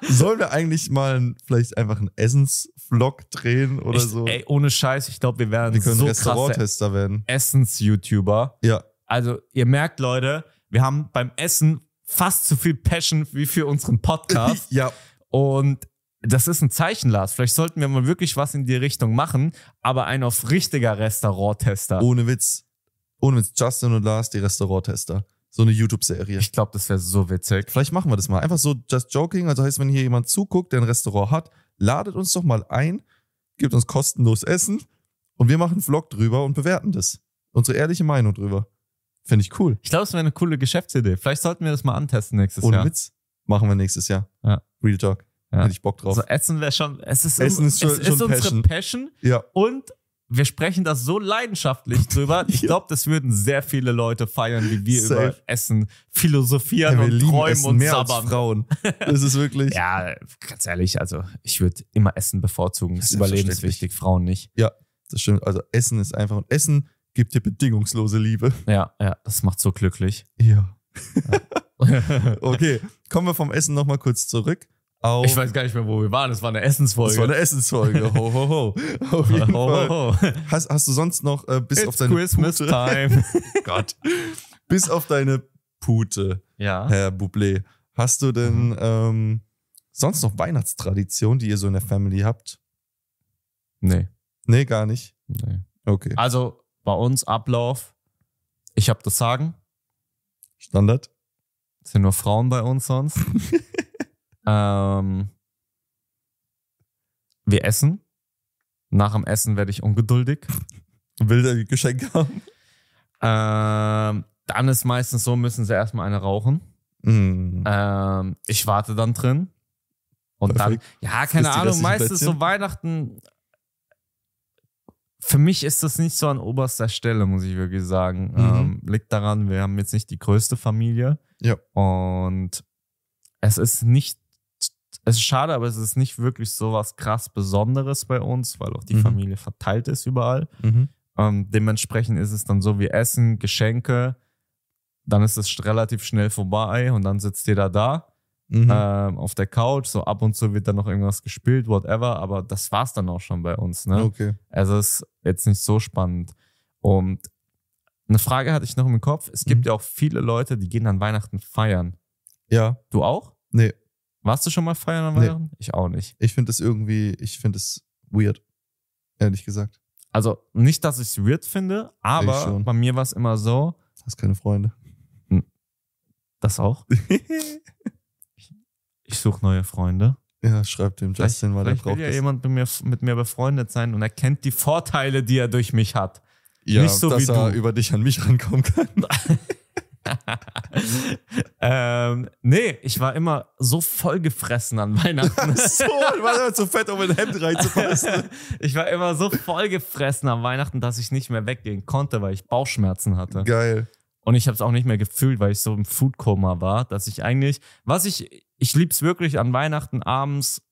[SPEAKER 2] Sollen wir eigentlich mal ein, vielleicht einfach einen Essensvlog drehen oder
[SPEAKER 1] ich,
[SPEAKER 2] so?
[SPEAKER 1] Ey, ohne Scheiß, ich glaube, wir werden
[SPEAKER 2] wir können
[SPEAKER 1] so krasse
[SPEAKER 2] Restauranttester werden.
[SPEAKER 1] Essens-YouTuber.
[SPEAKER 2] Ja,
[SPEAKER 1] Also, ihr merkt, Leute, wir haben beim Essen fast so viel Passion wie für unseren Podcast.
[SPEAKER 2] ja,
[SPEAKER 1] Und das ist ein Zeichen, Lars. Vielleicht sollten wir mal wirklich was in die Richtung machen, aber ein auf richtiger Restaurant-Tester.
[SPEAKER 2] ohne Witz. Ohne Witz, Justin und Lars, die Restauranttester. So eine YouTube-Serie.
[SPEAKER 1] Ich glaube, das wäre so witzig.
[SPEAKER 2] Vielleicht machen wir das mal. Einfach so just joking. Also heißt, wenn hier jemand zuguckt, der ein Restaurant hat, ladet uns doch mal ein, gibt uns kostenlos Essen und wir machen einen Vlog drüber und bewerten das. Unsere ehrliche Meinung drüber. Finde ich cool.
[SPEAKER 1] Ich glaube, es wäre eine coole Geschäftsidee. Vielleicht sollten wir das mal antesten nächstes
[SPEAKER 2] Ohne
[SPEAKER 1] Jahr.
[SPEAKER 2] Witz. Machen wir nächstes Jahr.
[SPEAKER 1] Ja.
[SPEAKER 2] Real Talk.
[SPEAKER 1] Ja.
[SPEAKER 2] Hätte ich Bock drauf.
[SPEAKER 1] Also Essen wäre schon, es ist,
[SPEAKER 2] Essen ist schon-
[SPEAKER 1] es ist
[SPEAKER 2] schon
[SPEAKER 1] unsere
[SPEAKER 2] Passion.
[SPEAKER 1] Passion
[SPEAKER 2] ja.
[SPEAKER 1] und wir sprechen das so leidenschaftlich drüber. Ich
[SPEAKER 2] Ja.
[SPEAKER 1] glaube, das würden sehr viele Leute feiern, wie wir
[SPEAKER 2] Safe.
[SPEAKER 1] über Essen philosophieren
[SPEAKER 2] Ey, wir
[SPEAKER 1] und
[SPEAKER 2] lieben
[SPEAKER 1] träumen
[SPEAKER 2] Essen
[SPEAKER 1] und
[SPEAKER 2] mehr als
[SPEAKER 1] sabbern.
[SPEAKER 2] Frauen. Das ist wirklich.
[SPEAKER 1] Ja, ganz ehrlich, also ich würde immer Essen bevorzugen. Das ist
[SPEAKER 2] Das ist
[SPEAKER 1] überlebenswichtig, Frauen nicht.
[SPEAKER 2] Das stimmt. Also Essen ist einfach und Essen gibt dir bedingungslose Liebe.
[SPEAKER 1] Ja, ja, das macht so glücklich.
[SPEAKER 2] Ja.
[SPEAKER 1] ich
[SPEAKER 2] Okay, kommen wir vom Essen nochmal kurz zurück. Auf
[SPEAKER 1] weiß gar nicht mehr, wo wir waren. Das war eine Essensfolge.
[SPEAKER 2] das war eine Essensfolge. Ho, ho, ho. Auf jeden Fall.
[SPEAKER 1] ho, ho, ho.
[SPEAKER 2] Hast, hast du sonst noch äh, bis,
[SPEAKER 1] Oh. It's
[SPEAKER 2] auf deine
[SPEAKER 1] Christmas
[SPEAKER 2] Pute,
[SPEAKER 1] time.
[SPEAKER 2] Gott, bis auf deine Pute,
[SPEAKER 1] ja.
[SPEAKER 2] Herr Bublé, hast du denn
[SPEAKER 1] Mhm.
[SPEAKER 2] ähm, sonst noch Weihnachtstraditionen, die ihr so in der Family habt?
[SPEAKER 1] Nee,
[SPEAKER 2] Nee, gar nicht.
[SPEAKER 1] nee.
[SPEAKER 2] Okay,
[SPEAKER 1] Also bei uns Ablauf, ich habe das Sagen,
[SPEAKER 2] Standard.
[SPEAKER 1] es sind nur Frauen bei uns sonst. ähm, wir essen. Nach dem Essen werde ich ungeduldig.
[SPEAKER 2] Will der Geschenke haben?
[SPEAKER 1] Ähm, dann ist meistens so, müssen sie erstmal eine rauchen.
[SPEAKER 2] Mhm.
[SPEAKER 1] Ähm, ich warte dann drin. Und
[SPEAKER 2] Perfekt.
[SPEAKER 1] dann, ja, keine
[SPEAKER 2] Frisst die
[SPEAKER 1] Ahnung,
[SPEAKER 2] restlichen
[SPEAKER 1] meistens
[SPEAKER 2] Plätzchen?
[SPEAKER 1] so Weihnachten. Für mich ist das nicht so an oberster Stelle, muss ich wirklich
[SPEAKER 2] Mhm.
[SPEAKER 1] sagen. Ähm, liegt daran, wir haben jetzt nicht die größte Familie.
[SPEAKER 2] Ja.
[SPEAKER 1] Und es ist nicht, es ist schade, aber es ist nicht wirklich so was krass Besonderes bei uns, weil auch die
[SPEAKER 2] Mhm.
[SPEAKER 1] Familie verteilt ist überall.
[SPEAKER 2] Mhm.
[SPEAKER 1] Ähm, Ähm, dementsprechend ist es dann so wie Essen, Geschenke. Dann ist es sch- relativ schnell vorbei und dann sitzt jeder da
[SPEAKER 2] Mhm.
[SPEAKER 1] ähm, auf der Couch. So ab und zu wird dann noch irgendwas gespielt, whatever. Aber das war's dann auch schon bei uns. Ne?
[SPEAKER 2] Okay.
[SPEAKER 1] Also es ist jetzt nicht so spannend. Und eine Frage hatte ich noch im Kopf. Es gibt
[SPEAKER 2] Mhm.
[SPEAKER 1] ja auch viele Leute, die gehen an Weihnachten feiern.
[SPEAKER 2] Ja,
[SPEAKER 1] Du auch?
[SPEAKER 2] Nee.
[SPEAKER 1] Warst du schon mal feiern an
[SPEAKER 2] Nee.
[SPEAKER 1] Weihnachten? Ich auch nicht.
[SPEAKER 2] ich finde es irgendwie, ich finde es weird. Ehrlich gesagt.
[SPEAKER 1] Also nicht, dass ich es weird finde,
[SPEAKER 2] Ich
[SPEAKER 1] aber
[SPEAKER 2] schon.
[SPEAKER 1] bei mir war es immer so,
[SPEAKER 2] Hast keine Freunde.
[SPEAKER 1] das auch. Ich suche neue Freunde.
[SPEAKER 2] ja, schreib dem Justin, weil er
[SPEAKER 1] vielleicht will
[SPEAKER 2] braucht
[SPEAKER 1] ja
[SPEAKER 2] das.
[SPEAKER 1] jemand mit mir, mit mir befreundet sein und erkennt die Vorteile, die er durch mich hat.
[SPEAKER 2] ja,
[SPEAKER 1] nicht so
[SPEAKER 2] dass
[SPEAKER 1] wie
[SPEAKER 2] er
[SPEAKER 1] du.
[SPEAKER 2] über dich an mich rankommen kann.
[SPEAKER 1] ähm, nee, ich war immer so vollgefressen an Weihnachten.
[SPEAKER 2] so, du warst immer zu fett, um in ein Hemd reinzupassen.
[SPEAKER 1] ich war immer so vollgefressen an Weihnachten, dass ich nicht mehr weggehen konnte, weil ich Bauchschmerzen hatte.
[SPEAKER 2] Geil.
[SPEAKER 1] Und ich habe es auch nicht mehr gefühlt, weil ich so im Foodkoma war, dass ich eigentlich, was ich, ich lieb's wirklich an Weihnachten abends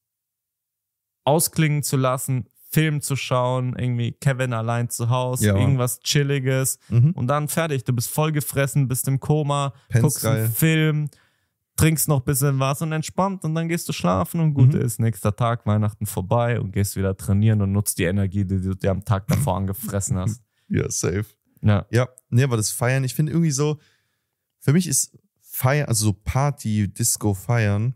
[SPEAKER 1] ausklingen zu lassen, Film zu schauen, irgendwie Kevin allein zu Hause,
[SPEAKER 2] Ja, Mann.
[SPEAKER 1] irgendwas Chilliges
[SPEAKER 2] Mhm.
[SPEAKER 1] und dann fertig. Du bist vollgefressen, bist im Koma,
[SPEAKER 2] Pennst
[SPEAKER 1] guckst
[SPEAKER 2] geil.
[SPEAKER 1] einen Film, trinkst noch ein bisschen was und entspannt und dann gehst du schlafen und gut
[SPEAKER 2] Mhm.
[SPEAKER 1] ist. Nächster Tag, Weihnachten vorbei und gehst wieder trainieren und nutzt die Energie, die du dir am Tag davor angefressen hast.
[SPEAKER 2] Ja, safe.
[SPEAKER 1] Ja.
[SPEAKER 2] Ja, nee, aber das Feiern, ich finde irgendwie so, für mich ist Feiern, also so Party, Disco, Feiern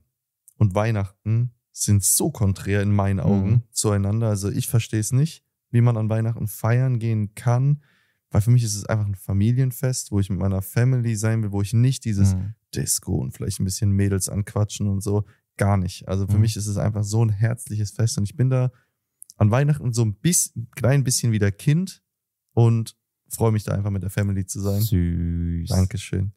[SPEAKER 2] und Weihnachten sind so konträr in meinen Augen
[SPEAKER 1] Mhm.
[SPEAKER 2] zueinander. Also ich verstehe es nicht, wie man an Weihnachten feiern gehen kann, weil für mich ist es einfach ein Familienfest, wo ich mit meiner Family sein will, wo ich nicht dieses
[SPEAKER 1] Mhm.
[SPEAKER 2] Disco und vielleicht ein bisschen Mädels anquatschen und so. Gar nicht. Also für
[SPEAKER 1] Mhm.
[SPEAKER 2] mich ist es einfach so ein herzliches Fest und ich bin da an Weihnachten so ein bisschen, klein bisschen wie der Kind und freue mich da einfach mit der Family zu sein.
[SPEAKER 1] Süß.
[SPEAKER 2] Dankeschön.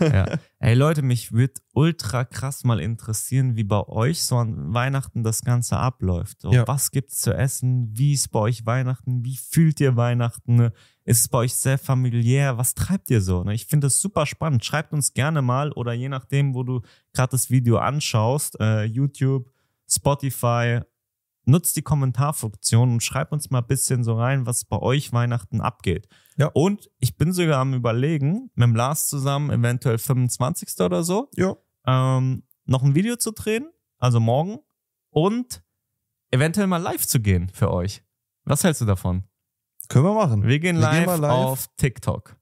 [SPEAKER 1] Ja. Ey Leute, mich wird ultra krass mal interessieren, wie bei euch so an Weihnachten das Ganze abläuft. So,
[SPEAKER 2] Ja.
[SPEAKER 1] Was gibt's zu essen? Wie ist bei euch Weihnachten? Wie fühlt ihr Weihnachten? Ne? Ist es bei euch sehr familiär? Was treibt ihr so? ne? Ich finde das super spannend. Schreibt uns gerne mal oder je nachdem, wo du gerade das Video anschaust, äh, YouTube, Spotify, nutzt die Kommentarfunktion und schreibt uns mal ein bisschen so rein, was bei euch Weihnachten abgeht.
[SPEAKER 2] Ja.
[SPEAKER 1] Und ich bin sogar am überlegen, mit dem Lars zusammen, eventuell 25. oder so,
[SPEAKER 2] Ja.
[SPEAKER 1] ähm, noch ein Video zu drehen, also morgen, und eventuell mal live zu gehen für euch. Was hältst du davon?
[SPEAKER 2] Können wir machen.
[SPEAKER 1] Wir gehen
[SPEAKER 2] Wir gehen
[SPEAKER 1] live,
[SPEAKER 2] mal live.
[SPEAKER 1] auf TikTok.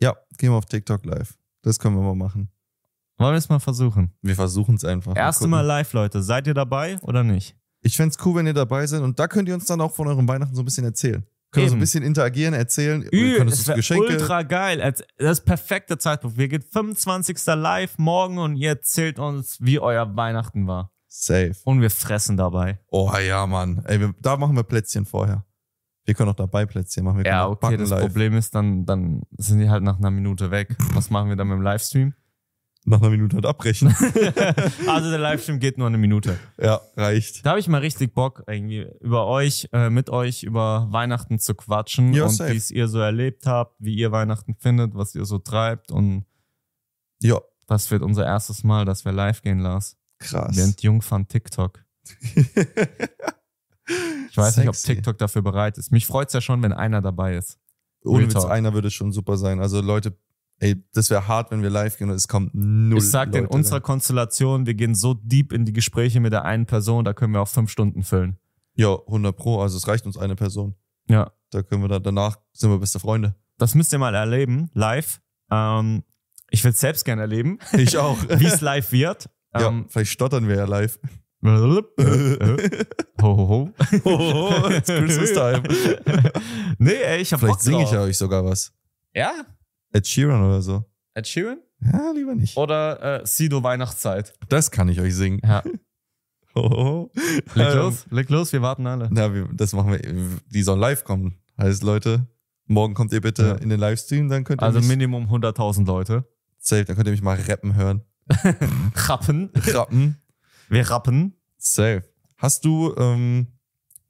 [SPEAKER 2] Ja, gehen wir auf TikTok live. Das können wir mal machen.
[SPEAKER 1] Wollen wir es mal versuchen?
[SPEAKER 2] Wir versuchen es einfach.
[SPEAKER 1] Erste
[SPEAKER 2] gucken.
[SPEAKER 1] Mal live, Leute. Seid ihr dabei oder nicht?
[SPEAKER 2] Ich fänd's cool, wenn ihr dabei seid und da könnt ihr uns dann auch von euren Weihnachten so ein bisschen erzählen. Können wir so ein
[SPEAKER 1] Eben.
[SPEAKER 2] bisschen interagieren, erzählen.
[SPEAKER 1] Ü,
[SPEAKER 2] ihr könnt uns
[SPEAKER 1] das wäre
[SPEAKER 2] Geschenke.
[SPEAKER 1] ultra geil. Als- Das ist perfekter Zeitpunkt. Wir gehen 25. live morgen und ihr erzählt uns, wie euer Weihnachten war.
[SPEAKER 2] Safe.
[SPEAKER 1] Und wir fressen dabei.
[SPEAKER 2] Oh ja, Mann. Ey, wir, da machen wir Plätzchen vorher. Wir können auch dabei Plätzchen machen. Wir können
[SPEAKER 1] Ja,
[SPEAKER 2] auch
[SPEAKER 1] okay,
[SPEAKER 2] backen
[SPEAKER 1] das
[SPEAKER 2] live.
[SPEAKER 1] Problem ist, dann, dann sind die halt nach einer Minute weg. Was machen wir dann mit dem Livestream?
[SPEAKER 2] Nach einer Minute halt abbrechen.
[SPEAKER 1] also der Livestream geht nur eine Minute.
[SPEAKER 2] ja, reicht.
[SPEAKER 1] Da habe ich mal richtig Bock, irgendwie über euch, äh, mit euch über Weihnachten zu quatschen
[SPEAKER 2] Ja,
[SPEAKER 1] und
[SPEAKER 2] safe.
[SPEAKER 1] wie es ihr so erlebt habt, wie ihr Weihnachten findet, was ihr so treibt. Und
[SPEAKER 2] Ja,
[SPEAKER 1] das wird unser erstes Mal, dass wir live gehen, Lars.
[SPEAKER 2] krass.
[SPEAKER 1] Wir sind jung von TikTok. Ich weiß nicht, ob
[SPEAKER 2] Sexy.
[SPEAKER 1] TikTok dafür bereit ist. Mich freut's ja schon, wenn einer dabei ist.
[SPEAKER 2] Ohne
[SPEAKER 1] Real
[SPEAKER 2] Witz,
[SPEAKER 1] Talk.
[SPEAKER 2] einer würde schon super sein. Also Leute, ey, das wäre hart, wenn wir live gehen und es kommt null
[SPEAKER 1] ich sag dir, in
[SPEAKER 2] Leute
[SPEAKER 1] unserer
[SPEAKER 2] rein.
[SPEAKER 1] Konstellation, wir gehen so deep in die Gespräche mit der einen Person, da können wir auch fünf Stunden füllen.
[SPEAKER 2] Ja, 100 pro. Also es reicht uns eine Person.
[SPEAKER 1] Ja.
[SPEAKER 2] Da können wir dann, danach sind wir beste Freunde.
[SPEAKER 1] Das müsst ihr mal erleben, live. Ähm, ich will's selbst gerne erleben,
[SPEAKER 2] Ich auch.
[SPEAKER 1] wie es live wird.
[SPEAKER 2] ja,
[SPEAKER 1] Ähm, Äh,
[SPEAKER 2] vielleicht stottern wir ja live.
[SPEAKER 1] ho, ho, ho.
[SPEAKER 2] oh, it's Christmas time.
[SPEAKER 1] nee, ey, ich hab
[SPEAKER 2] Vielleicht
[SPEAKER 1] Bock
[SPEAKER 2] singe ich ja
[SPEAKER 1] drauf.
[SPEAKER 2] euch sogar was.
[SPEAKER 1] Ja,
[SPEAKER 2] Ed Sheeran oder so.
[SPEAKER 1] Ed Sheeran
[SPEAKER 2] Ja, lieber nicht.
[SPEAKER 1] oder äh, Sido Weihnachtszeit.
[SPEAKER 2] Das kann ich euch singen.
[SPEAKER 1] Ja.
[SPEAKER 2] Oh.
[SPEAKER 1] Leg
[SPEAKER 2] Ähm,
[SPEAKER 1] los, leg los, wir warten alle.
[SPEAKER 2] Na, wir, das machen wir. Die sollen live kommen. Heißt, Leute, morgen kommt ihr bitte
[SPEAKER 1] Ja.
[SPEAKER 2] in den Livestream, dann könnt ihr
[SPEAKER 1] Also
[SPEAKER 2] mich
[SPEAKER 1] Minimum 100.000 Leute.
[SPEAKER 2] safe, dann könnt ihr mich mal rappen hören.
[SPEAKER 1] Rappen.
[SPEAKER 2] Rappen.
[SPEAKER 1] Wir rappen.
[SPEAKER 2] Safe. Hast du ähm,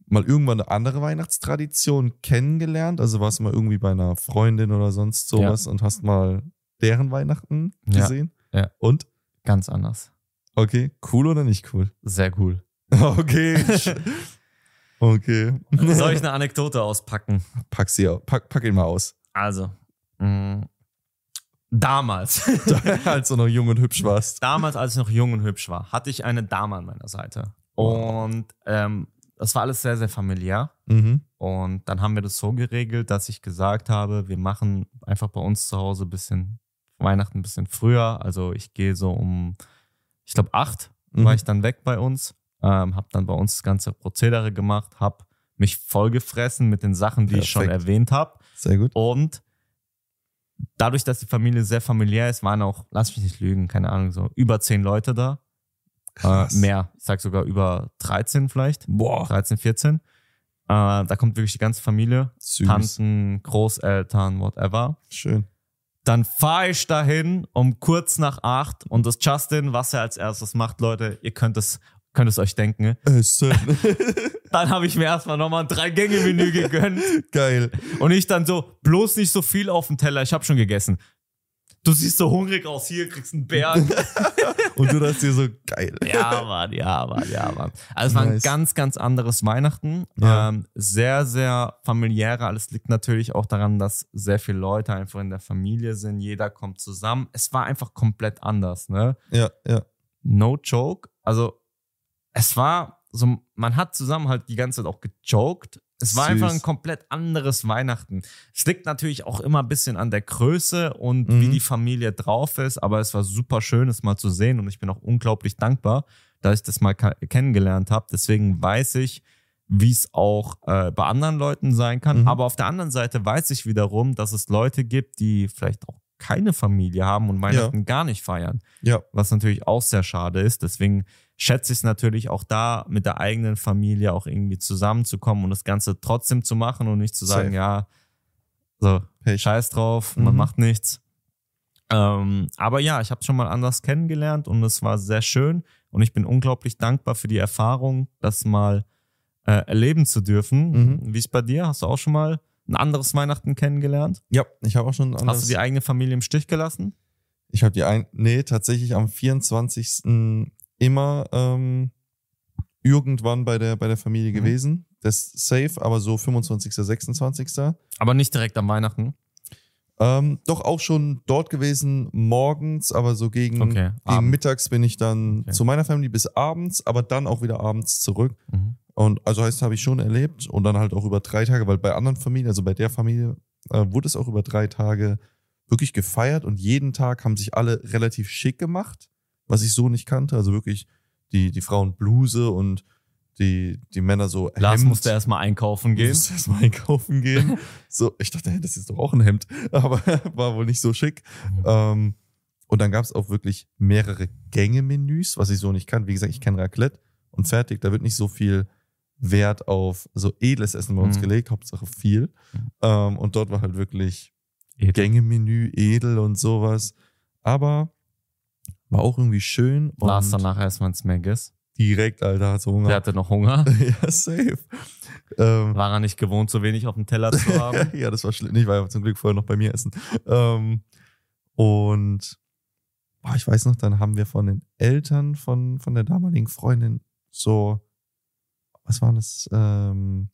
[SPEAKER 2] mal irgendwann eine andere Weihnachtstradition kennengelernt? Also warst du mal irgendwie bei einer Freundin oder sonst sowas und hast mal deren Weihnachten
[SPEAKER 1] Ja.
[SPEAKER 2] gesehen?
[SPEAKER 1] Ja.
[SPEAKER 2] Und?
[SPEAKER 1] Ganz anders.
[SPEAKER 2] Okay, cool oder nicht cool?
[SPEAKER 1] Sehr cool.
[SPEAKER 2] Okay. Okay.
[SPEAKER 1] Soll ich eine Anekdote auspacken?
[SPEAKER 2] Pack sie au- pack, pack ihn mal aus.
[SPEAKER 1] Also, mh, damals,
[SPEAKER 2] Als du noch jung und hübsch warst.
[SPEAKER 1] damals, als ich noch jung und hübsch war, hatte ich eine Dame an meiner Seite. Und ähm, das war alles sehr, sehr familiär.
[SPEAKER 2] Mhm.
[SPEAKER 1] Und dann haben wir das so geregelt, dass ich gesagt habe, wir machen einfach bei uns zu Hause ein bisschen Weihnachten ein bisschen früher. Also ich gehe so um, ich glaube, acht
[SPEAKER 2] Mhm.
[SPEAKER 1] war ich dann weg bei uns, ähm, habe dann bei uns das ganze Prozedere gemacht, habe mich vollgefressen mit den Sachen, die ich schon
[SPEAKER 2] Perfekt.
[SPEAKER 1] erwähnt habe.
[SPEAKER 2] Sehr gut.
[SPEAKER 1] Und dadurch, dass die Familie sehr familiär ist, waren auch, lass mich nicht lügen, keine Ahnung, so über zehn Leute da. Äh, mehr, ich sag sogar über 13 vielleicht.
[SPEAKER 2] Boah.
[SPEAKER 1] 13, 14. Äh, da kommt wirklich die ganze Familie.
[SPEAKER 2] Süß.
[SPEAKER 1] Tanten, Großeltern, whatever.
[SPEAKER 2] Schön.
[SPEAKER 1] Dann fahre ich dahin um kurz nach acht und das Justin, was er als erstes macht, Leute, ihr könnt es, könnt es euch denken.
[SPEAKER 2] Äh, Essen.
[SPEAKER 1] Dann habe ich mir erstmal nochmal ein Drei-Gänge-Menü gegönnt
[SPEAKER 2] Geil.
[SPEAKER 1] und ich dann so, bloß nicht so viel auf dem Teller, ich habe schon gegessen. Du siehst so hungrig aus, hier kriegst einen Berg.
[SPEAKER 2] Und du dachtest dir so, geil.
[SPEAKER 1] Ja, Mann, ja, Mann, ja, Mann. Also es war ein
[SPEAKER 2] Nice.
[SPEAKER 1] ganz, ganz anderes Weihnachten.
[SPEAKER 2] Ja.
[SPEAKER 1] Ähm, sehr, sehr familiärer. Alles liegt natürlich auch daran, dass sehr viele Leute einfach in der Familie sind. Jeder kommt zusammen. Es war einfach komplett anders, ne?
[SPEAKER 2] Ja, ja.
[SPEAKER 1] No joke. Also es war so, man hat zusammen halt die ganze Zeit auch gejoked. Es war
[SPEAKER 2] Süß.
[SPEAKER 1] einfach ein komplett anderes Weihnachten. Es liegt natürlich auch immer ein bisschen an der Größe und
[SPEAKER 2] Mhm.
[SPEAKER 1] wie die Familie drauf ist, aber es war super schön, es mal zu sehen und ich bin auch unglaublich dankbar, dass ich das mal ka- kennengelernt habe. Deswegen weiß ich, wie es auch äh, bei anderen Leuten sein kann.
[SPEAKER 2] Mhm.
[SPEAKER 1] Aber auf der anderen Seite weiß ich wiederum, dass es Leute gibt, die vielleicht auch keine Familie haben und Weihnachten gar nicht feiern
[SPEAKER 2] Ja.
[SPEAKER 1] was natürlich auch sehr schade ist. Deswegen schätze ich es natürlich auch da, mit der eigenen Familie auch irgendwie zusammenzukommen und das Ganze trotzdem zu machen und nicht zu sagen,
[SPEAKER 2] Safe.
[SPEAKER 1] ja, so,
[SPEAKER 2] Pech.
[SPEAKER 1] scheiß drauf, man
[SPEAKER 2] Mhm.
[SPEAKER 1] macht nichts. Ähm, aber ja, ich habe es schon mal anders kennengelernt und es war sehr schön und ich bin unglaublich dankbar für die Erfahrung, das mal äh, erleben zu dürfen. Wie ist bei dir? Hast du auch schon mal ein anderes Weihnachten kennengelernt?
[SPEAKER 2] Ja, ich habe auch schon anders.
[SPEAKER 1] Hast du die eigene Familie im Stich gelassen?
[SPEAKER 2] Ich habe die ein. Nee, tatsächlich am 24. immer ähm, irgendwann bei der, bei der Familie
[SPEAKER 1] Mhm.
[SPEAKER 2] gewesen. Das ist safe, aber so 25., 26.
[SPEAKER 1] Aber nicht direkt am Weihnachten.
[SPEAKER 2] Ähm, doch auch schon dort gewesen, morgens, aber so gegen,
[SPEAKER 1] Okay,
[SPEAKER 2] gegen
[SPEAKER 1] Abend.
[SPEAKER 2] mittags bin ich dann
[SPEAKER 1] Okay.
[SPEAKER 2] zu meiner Family bis abends, aber dann auch wieder abends zurück.
[SPEAKER 1] Mhm.
[SPEAKER 2] Und also heißt, habe ich schon erlebt und dann halt auch über drei Tage, weil bei anderen Familien, also bei der Familie, äh, wurde es auch über drei Tage wirklich gefeiert und jeden Tag haben sich alle relativ schick gemacht, was ich so nicht kannte. Also wirklich die, die Frauen Bluse und die, die Männer so
[SPEAKER 1] Lars
[SPEAKER 2] Hemd.
[SPEAKER 1] musste erstmal einkaufen gehen.
[SPEAKER 2] Musste erstmal einkaufen gehen. So, ich dachte, hä, das ist doch auch ein Hemd, aber war wohl nicht so schick.
[SPEAKER 1] Mhm.
[SPEAKER 2] Ähm, und dann gab es auch wirklich mehrere Gänge-Menüs, was ich so nicht kann. Wie gesagt, ich kenne Raclette und fertig. Da wird nicht so viel Wert auf so edles Essen bei uns
[SPEAKER 1] Mhm.
[SPEAKER 2] gelegt, Hauptsache viel. Ähm, und dort war halt wirklich
[SPEAKER 1] Edel.
[SPEAKER 2] Gänge-Menü, edel und sowas. Aber war auch irgendwie schön. Und
[SPEAKER 1] Lars danach erstmal ins Megis.
[SPEAKER 2] direkt, Alter, hat so Hunger.
[SPEAKER 1] Der hatte noch Hunger.
[SPEAKER 2] ja, safe. Ähm,
[SPEAKER 1] War er nicht gewohnt, so wenig auf dem Teller zu haben.
[SPEAKER 2] ja, das war schlimm. Ich war ja zum Glück vorher noch bei mir essen. Ähm, und boah, ich weiß noch, dann haben wir von den Eltern von, von der damaligen Freundin so, was waren das? Ähm,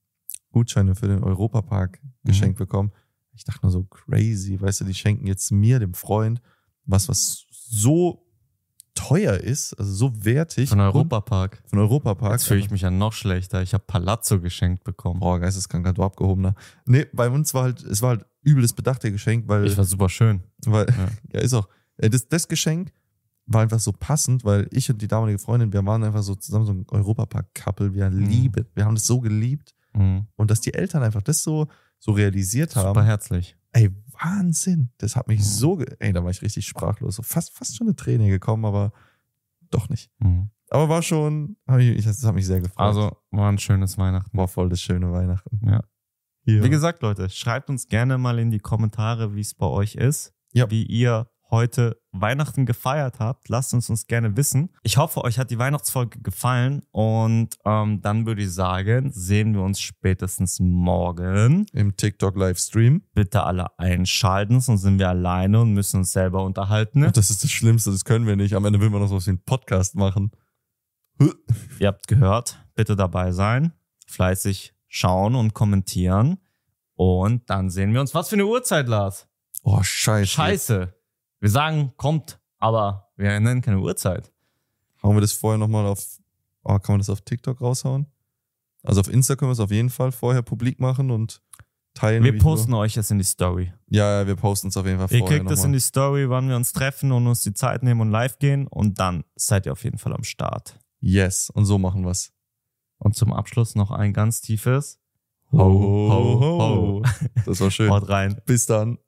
[SPEAKER 2] Gutscheine für den Europapark
[SPEAKER 1] Mhm.
[SPEAKER 2] geschenkt bekommen. Ich dachte nur so crazy, weißt du, die schenken jetzt mir, dem Freund, was, was so teuer ist, also so wertig.
[SPEAKER 1] Von Europapark.
[SPEAKER 2] Von Europapark.
[SPEAKER 1] Jetzt fühle ich mich ja noch schlechter. Ich habe Palazzo geschenkt bekommen.
[SPEAKER 2] Boah, geisteskranker, du abgehobener. ne? Nee, bei uns war halt, es war halt übles bedachte Geschenk, weil,
[SPEAKER 1] Ich war super schön. Ja.
[SPEAKER 2] weil ja. ist auch, Äh, das, das Geschenk war einfach so passend, weil ich und die damalige Freundin, wir waren einfach so zusammen so ein Europapark-Couple, wir
[SPEAKER 1] Mhm.
[SPEAKER 2] lieben, wir haben das so geliebt
[SPEAKER 1] Mhm.
[SPEAKER 2] und dass die Eltern einfach das so, so realisiert
[SPEAKER 1] Super
[SPEAKER 2] haben,
[SPEAKER 1] herzlich.
[SPEAKER 2] ey, Wahnsinn, das hat mich
[SPEAKER 1] Mhm.
[SPEAKER 2] so, ge ey, da war ich richtig sprachlos, so fast, fast schon eine Träne gekommen, aber doch nicht.
[SPEAKER 1] Mhm.
[SPEAKER 2] Aber war schon, hab ich, ich- das hat mich sehr gefreut.
[SPEAKER 1] Also war ein schönes Weihnachten.
[SPEAKER 2] war voll das schöne Weihnachten.
[SPEAKER 1] Ja.
[SPEAKER 2] Ja.
[SPEAKER 1] Wie gesagt, Leute, schreibt uns gerne mal in die Kommentare, wie es bei euch ist,
[SPEAKER 2] Ja.
[SPEAKER 1] wie ihr heute Weihnachten gefeiert habt. Lasst uns uns gerne wissen. Ich hoffe, euch hat die Weihnachtsfolge gefallen und ähm, dann würde ich sagen, sehen wir uns spätestens morgen.
[SPEAKER 2] Im TikTok-Livestream.
[SPEAKER 1] Bitte alle einschalten, sonst sind wir alleine und müssen uns selber unterhalten.
[SPEAKER 2] Das ist das Schlimmste, das können wir nicht. Am Ende will man noch so einen Podcast machen.
[SPEAKER 1] Ihr habt gehört, bitte dabei sein. fleißig schauen und kommentieren. Und dann sehen wir uns. Was für eine Uhrzeit, Lars?
[SPEAKER 2] Oh, scheiße.
[SPEAKER 1] Scheiße. Wir sagen, kommt, aber wir nennen keine Uhrzeit.
[SPEAKER 2] Hauen wir das vorher nochmal auf. Oh, kann man das auf TikTok raushauen? Also auf Insta können wir es auf jeden Fall vorher publik machen und teilen.
[SPEAKER 1] Wir
[SPEAKER 2] wie du-
[SPEAKER 1] posten euch das in die Story.
[SPEAKER 2] Ja, ja, wir posten es auf jeden Fall
[SPEAKER 1] Ihr
[SPEAKER 2] vorher.
[SPEAKER 1] kriegt das
[SPEAKER 2] nochmal.
[SPEAKER 1] in die Story, wann wir uns treffen und uns die Zeit nehmen und live gehen. Und dann seid ihr auf jeden Fall am Start.
[SPEAKER 2] Yes, und so machen wir es.
[SPEAKER 1] Und zum Abschluss noch ein ganz tiefes
[SPEAKER 2] Ho, ho, ho. Das war schön.
[SPEAKER 1] Haut rein.
[SPEAKER 2] Bis dann.